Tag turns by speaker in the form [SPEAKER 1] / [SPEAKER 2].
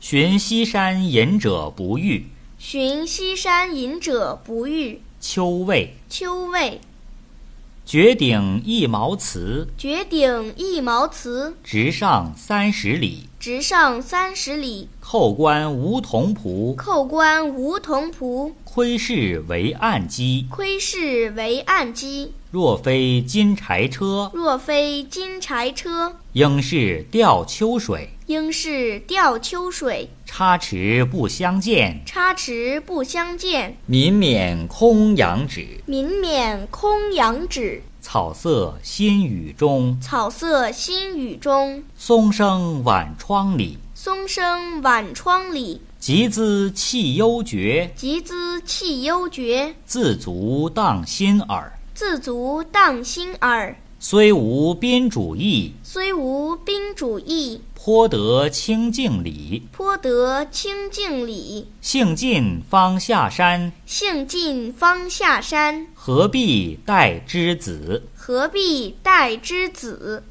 [SPEAKER 1] 寻西山隐者不遇，
[SPEAKER 2] 寻西山隐者不遇。
[SPEAKER 1] 秋味。
[SPEAKER 2] 秋味，
[SPEAKER 1] 绝顶一毛词，
[SPEAKER 2] 绝顶一毛词，
[SPEAKER 1] 直上三十里。
[SPEAKER 2] 直上三十里。
[SPEAKER 1] 叩关梧桐仆，
[SPEAKER 2] 叩关梧桐仆，
[SPEAKER 1] 窥视为岸鸡。
[SPEAKER 2] 窥视为岸鸡。
[SPEAKER 1] 若非金柴车，
[SPEAKER 2] 若非金柴车，
[SPEAKER 1] 应是吊秋水。
[SPEAKER 2] 应是吊秋水。
[SPEAKER 1] 插翅不相见，
[SPEAKER 2] 插翅不相见，
[SPEAKER 1] 民免空阳止。
[SPEAKER 2] 民免空阳止。
[SPEAKER 1] 草色新雨中，
[SPEAKER 2] 草色新雨中，
[SPEAKER 1] 松声晚窗里。
[SPEAKER 2] 松声晚窗里。
[SPEAKER 1] 集资气幽绝，
[SPEAKER 2] 集资气幽绝，
[SPEAKER 1] 自足荡心耳。
[SPEAKER 2] 自足荡心耳。
[SPEAKER 1] 虽无宾主意，
[SPEAKER 2] 虽无宾主意，
[SPEAKER 1] 颇得清净理。
[SPEAKER 2] 颇得清净理。
[SPEAKER 1] 兴尽方下山，
[SPEAKER 2] 兴尽方下山，
[SPEAKER 1] 何必待之子？
[SPEAKER 2] 何必待之子？